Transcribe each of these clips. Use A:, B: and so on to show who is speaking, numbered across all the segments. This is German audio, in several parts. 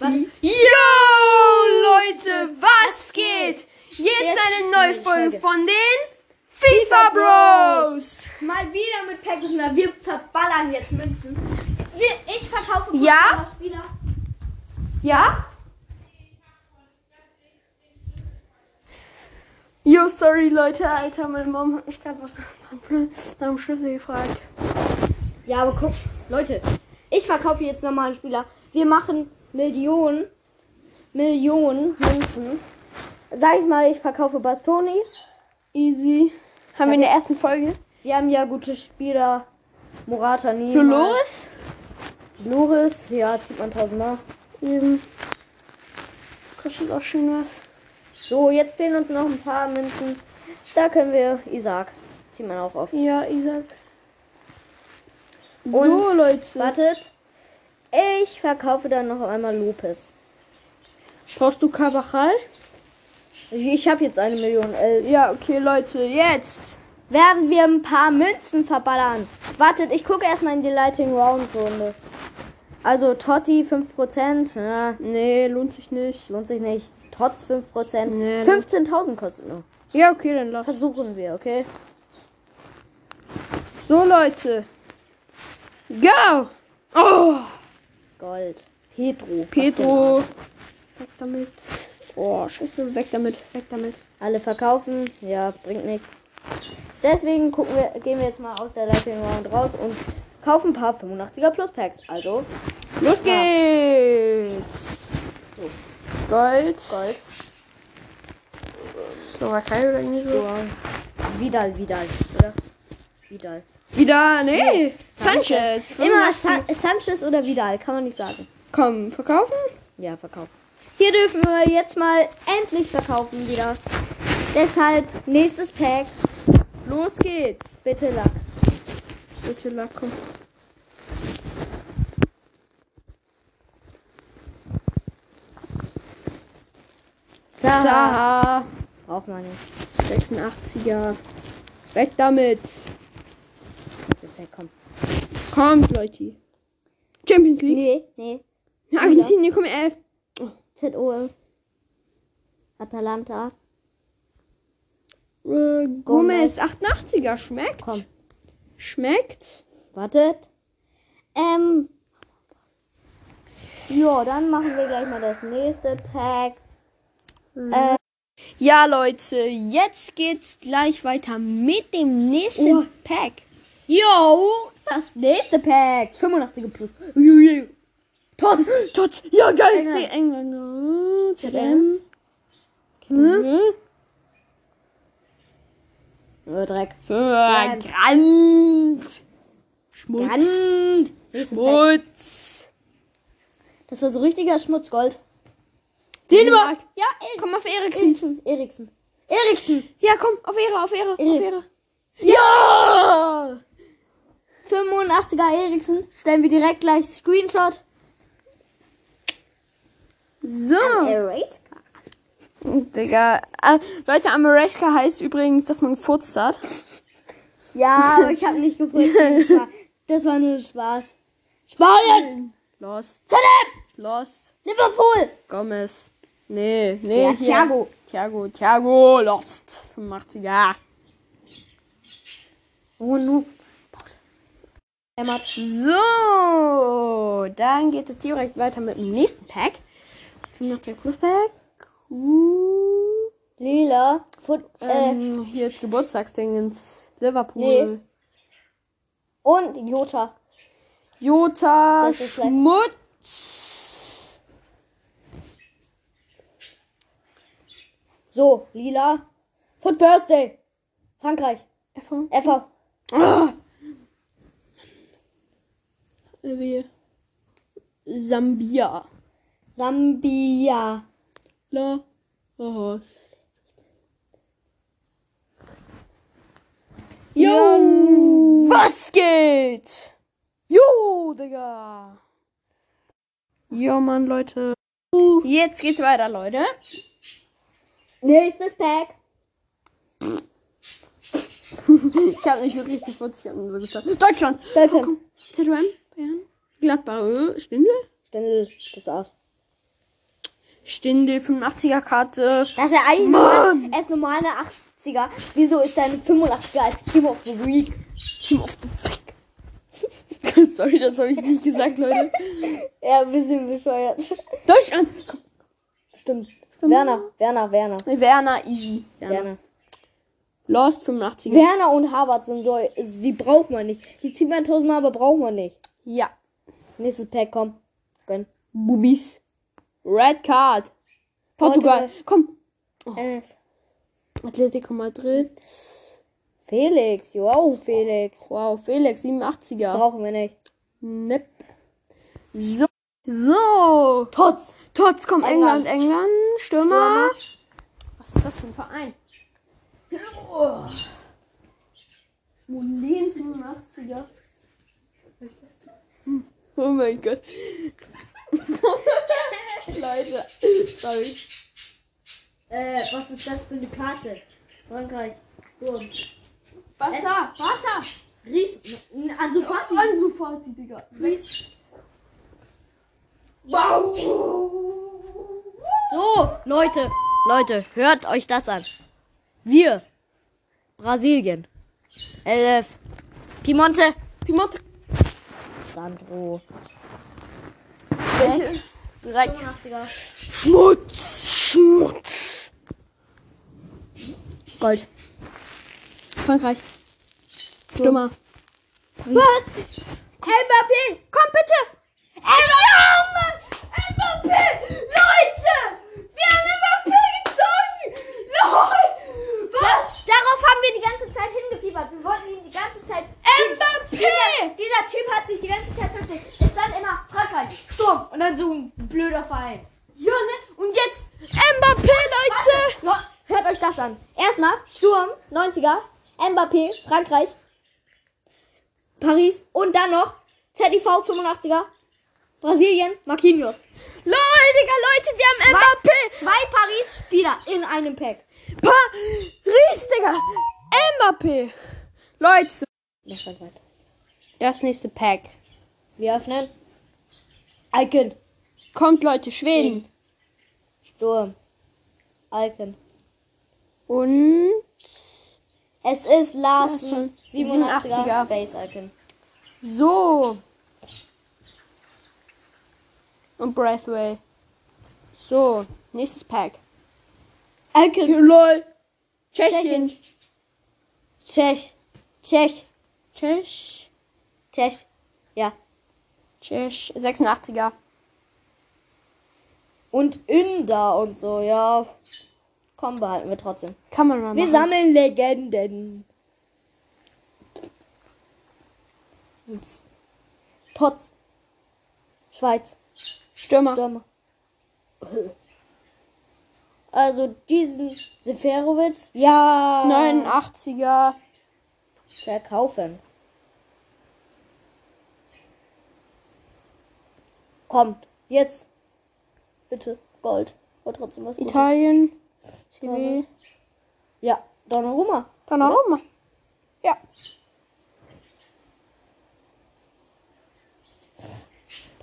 A: Was?
B: Yo, Leute, was
A: Was
B: geht?
A: geht?
B: Jetzt
A: Jetzt
B: eine
A: eine
B: neue Folge
A: Folge.
B: von den FIFA Bros.
A: Mal wieder mit Packungen. Wir verballern jetzt Münzen. Wir, ich verkaufe kurz
B: Ja?
A: ein paar Spieler.
B: Ja? Yo, sorry Leute, Alter, meine Mom hat mich gerade was nach dem Schlüssel gefragt.
A: Ja, aber guck, Leute, ich verkaufe jetzt nochmal einen Spieler. Wir machen Millionen, Millionen Münzen. Sag ich mal, ich verkaufe Bastoni.
B: Easy. Haben wir in der ersten Folge?
A: Wir haben ja gute Spieler. Morata, Nima.
B: Dolores?
A: Loris, ja, zieht man tausendmal.
B: Eben. Kostet auch schön was.
A: So, jetzt fehlen uns noch ein paar Münzen. Da können wir Isaac. Zieht man auch auf.
B: Ja, Isaac. so,
A: Und-
B: Leute.
A: Wartet. Ich verkaufe dann noch einmal Lopez.
B: Brauchst du Kabachal?
A: Ich habe jetzt eine Million. Äh,
B: Ja, okay, Leute, jetzt.
A: werden wir ein paar Münzen verballern. Wartet, ich gucke erstmal in die Lighting Round Runde. Also Totti 5%. Na,
B: Nee, lohnt sich nicht.
A: lohnt sich nicht. Trotz 5%.
B: Nee,
A: 15.000 kostet nur.
B: Ja, okay, dann lass.
A: Versuchen wir, okay?
B: So, Leute. Go! Oh,
A: Gold. Pedro.
B: Pedro. Weg damit. Oh, scheiße, weg damit, weg damit.
A: Alle verkaufen. Ja, bringt nichts. Deswegen gucken wir, gehen wir jetzt mal aus der Lighting Round raus und kaufen ein paar 85er Plus Packs. Also
B: Los
A: Ja.
B: geht's.
A: So.
B: Gold.
A: Gold.
B: Slowakei oder irgendwie so.
A: Sturm. Vidal, Vidal, oder? Vidal.
B: Wieder, nee. Sanchez.
A: Immer San Sanchez oder Vidal, kann man nicht sagen.
B: Komm, verkaufen?
A: Ja, verkaufen. Hier dürfen wir jetzt mal endlich verkaufen wieder. Deshalb nächstes Pack,
B: Los geht's.
A: bitte Lack.
B: Bitte, Lack, komm.
A: Zaha.
B: Zaha.
A: Braucht man nicht.
B: 86er. Weg damit.
A: Nächstes Pack, komm.
B: Kommt, Leute. Champions League.
A: Nee, nee.
B: Argentinien, komm, 11.
A: ZO. Atalanta.
B: Äh, Gomez,
A: Gomez.
B: 88er. Schmeckt.
A: Komm.
B: Schmeckt.
A: Wartet. Ähm. Ja, dann machen wir gleich mal das nächste Pack. Äh,
B: Ja, Leute, jetzt geht's gleich weiter mit dem nächsten
A: Oh.
B: Pack.
A: yo, das nächste Pack. 85 plus.
B: Tots, Tots, ja geil.
A: England.
B: Die Engländer.
A: ZM.
B: ZM. Hm?
A: Nur Dreck.
B: Für Grand.
A: Grand.
B: Schmutz.
A: Nächstes Pack.
B: Schmutz.
A: Das war so richtiger Schmutzgold.
B: Dänemark.
A: Ja, Eriksen.
B: Komm auf Eriksen.
A: Eriksen. Eriksen. Eriksen.
B: Ja, komm, auf Ehre, auf Ehre, auf
A: Ehre.
B: Ehre. Oh. Ja!
A: 85er Eriksen. Stellen wir direkt gleich Screenshot.
B: So.
A: Erased.
B: Digga. Äh, Leute, Amoreska heißt übrigens, dass man gefurzt hat.
A: Ja, aber Ah, ich habe nicht gefunden. Das war, das war nur Spaß. Spanien.
B: Lost,
A: Philipp.
B: Lost,
A: Liverpool.
B: Gomez. Nee, nee.
A: Ja,
B: hier.
A: Thiago.
B: Thiago, Thiago, Lost. 85er.
A: Oh no. Pause. Emmert.
B: So, dann geht es direkt weiter mit dem nächsten Pack. 85er Plus Pack. Uh,
A: Lila. Foot, äh,
B: ähm, hier ist Geburtstagsdingens. Liverpool.
A: Nee. und Jota.
B: Jota,
A: Das ist schlecht.
B: Schmutz.
A: So, Lila. Foot Birthday. Frankreich.
B: F1.
A: FV.
B: Ah! Wie? Sambia.
A: Sambia.
B: La. Oh. Jo! Was geht? Jo, Digga! Jo, Mann, Leute. Jetzt geht's weiter, Leute.
A: Nächstes Pack.
B: Ich habe nicht wirklich gefurzt, ich habe nur so gesagt. Deutschland!
A: Deutschland.
B: ZM, Bayern, Gladbach, äh, Stindl?
A: Stindel, das aus.
B: Stindel 85er Karte.
A: Das ist ja eigentlich normal. Er ist normal eine 80er. Wieso ist dein 85er als Team of the Week?
B: Team of the Week. Sorry, das habe ich nicht gesagt, Leute.
A: Ja, ein bisschen bescheuert.
B: Deutschland. Komm,
A: Stimmt. Werner, Werner, Werner.
B: Werner easy. Werner.
A: Werner.
B: Lost 85er.
A: Werner und Harvard sind so, also die braucht man nicht. Die zieht man tausendmal, aber braucht man nicht.
B: ja.
A: Nächstes Pack, komm. Gönn.
B: Bubis. Red Card. Portugal.
A: Portugal.
B: Komm.
A: Äh,
B: Atletico Madrid.
A: Felix, wow, Felix.
B: Wow, Felix 87er.
A: Brauchen wir nicht.
B: Nep. So. So.
A: Tots.
B: Tots, komm,
A: England.
B: England, England. Stürmer. Was ist das für ein Verein? Oh. Molin 85er. Oh mein Gott. Leute, sorry.
A: Äh, was ist das für eine Karte? Frankreich. Wurm.
B: Wasser, Wasser.
A: Ries. Also Party.
B: Und sofort die Digga. Ries. Wow.
A: So, Leute, Leute, hört euch das an. Wir. Brasilien. LF. Piemonte.
B: Piemonte.
A: Sandro.
B: Welche? Dreck.
A: 85er.
B: Schmutz. Schmutz.
A: Gold.
B: Frankreich. Stürmer.
A: Was? Mbappé. Komm bitte. Mbappé. Leute. Wir haben Mbappé gezogen. Leute. Was? darauf haben wir die ganze Zeit hingefiebert. Wir wollten ihn die ganze Zeit... Mbappé. Dieser Typ hat sich die ganze Zeit versteckt. Es stand immer Frankreich. Sturm. Und dann so ein blöder Verein.
B: Ja, ne? Und jetzt Mbappé, Leute.
A: Lo- Hört euch das an. Erstmal Sturm, 90er, Mbappé, Frankreich, Paris und dann noch ZDV, 85er, Brasilien, Marquinhos.
B: Lol, Digga, Leute, wir haben Mbappé.
A: Zwei Paris-Spieler in einem Pack.
B: Paris, Digga. Mbappé. Leute.
A: Das wird weiter.
B: Das nächste Pack.
A: Wir öffnen. Icon,
B: Kommt, Leute, Schweden.
A: Sturm, Icon.
B: Und
A: Es ist Larsen,
B: Larsen,
A: 87er,
B: 87er.
A: Base-Icon.
B: so. Und Breathway. So, nächstes Pack.
A: Icon,
B: Lol. Tschechien.
A: Tschech, Tschech,
B: Tschech.
A: Tschech. Ja,
B: Tschech. 86er.
A: Und Inder und so, ja. Komm, behalten wir trotzdem.
B: Kann man mal
A: Wir
B: machen.
A: sammeln Legenden. Ups. Trotz. Schweiz.
B: Stürmer.
A: Stürmer. Also diesen Seferovic. Ja.
B: 89er.
A: Verkaufen. Kommt. Jetzt. Bitte. Gold. War trotzdem was Gutes.
B: Italien.
A: glaube-
B: CW.
A: Ja. Donnarumma.
B: Panorama. Ja.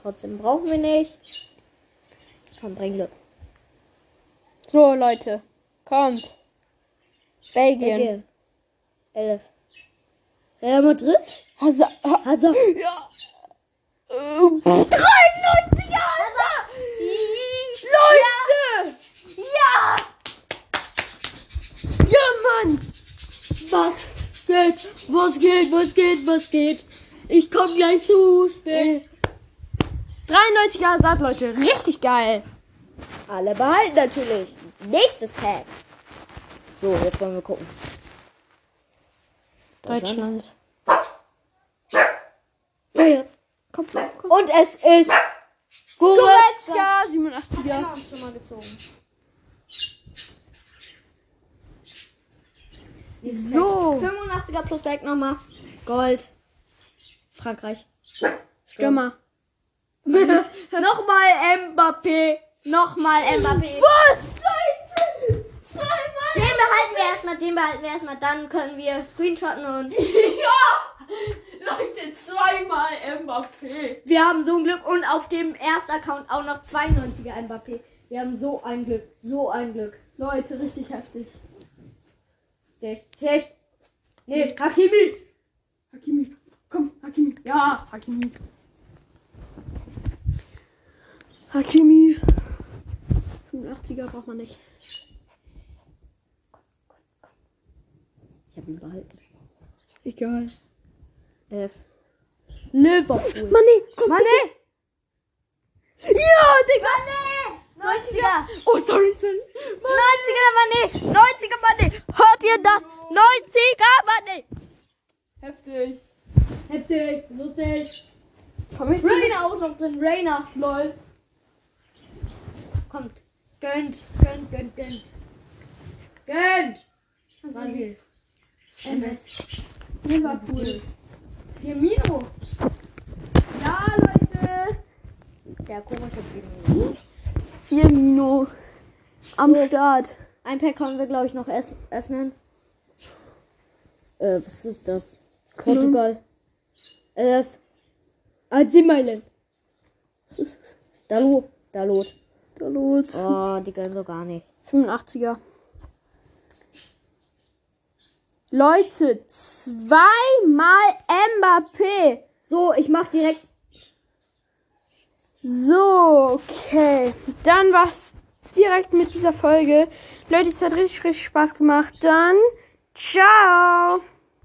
A: Trotzdem brauchen wir nicht. Komm, bring Glück.
B: So, Leute. Kommt. Belgien.
A: Belgien. Elf. Real Madrid? Also,
B: Hazard. Ha-
A: Hazard.
B: Ja. Äh, 93er Hazard. Leute.
A: Ja!
B: Ja, Mann.
A: Was geht? Was geht? Was geht? Was geht? Ich komme gleich zu spät.
B: 93er Hazard, Leute. Richtig geil.
A: Alle behalten natürlich. Nächstes Pack. So, jetzt wollen wir gucken.
B: Deutschland. Komm, komm, komm.
A: Und es ist
B: Goretzka.
A: Goretzka.
B: 87er.
A: uns schon mal gezogen.
B: So.
A: 85er plus Back nochmal. Gold. Frankreich.
B: Stürmer.
A: nochmal Mbappé. Nochmal Mbappé.
B: Was?
A: Den behalten wir erstmal, den behalten wir erstmal. Dann können wir screenshotten und.
B: Ja!
C: Leute, zweimal Mbappé.
A: Wir haben so ein Glück und auf dem Erstaccount auch noch 92er Mbappé. Wir haben so ein Glück, so ein Glück. Leute, richtig heftig. 60. Nee, Hakimi. Hakimi. Komm, Hakimi. Ja.
B: Hakimi. Hakimi. 85er braucht man nicht.
A: Ich habe ihn behalten.
B: Egal.
A: F. Liverpool.
B: Mané, Mané. Ja, Digga.
C: Mané! 90er!
B: Oh, sorry, sorry.
C: 90er Mané! 90er Mané! Hört ihr das? 90er Mané! Heftig.
A: Heftig, lustig.
B: Vermisst du
A: Rainer auch noch drin. Rainer. Lol. Kommt. Gönnt, gönnt, gönnt, gönnt. Gönnt. Brasil. MS. Liverpool. Firmino.
C: Ja, Leute!
A: Der komische Firmino.
B: Firmino am Start.
A: Ein Pack können wir, glaube ich, noch es- öffnen. Äh, was ist das? Portugal. Äh, Alzimmerland. Dalot. Dalot.
B: Der Lot.
A: Oh, die können so gar nicht.
B: 85er. Leute, zweimal Mbappé.
A: So, ich mach direkt.
B: So, okay. Dann war's direkt mit dieser Folge. Leute, es hat richtig, richtig Spaß gemacht. Dann, ciao.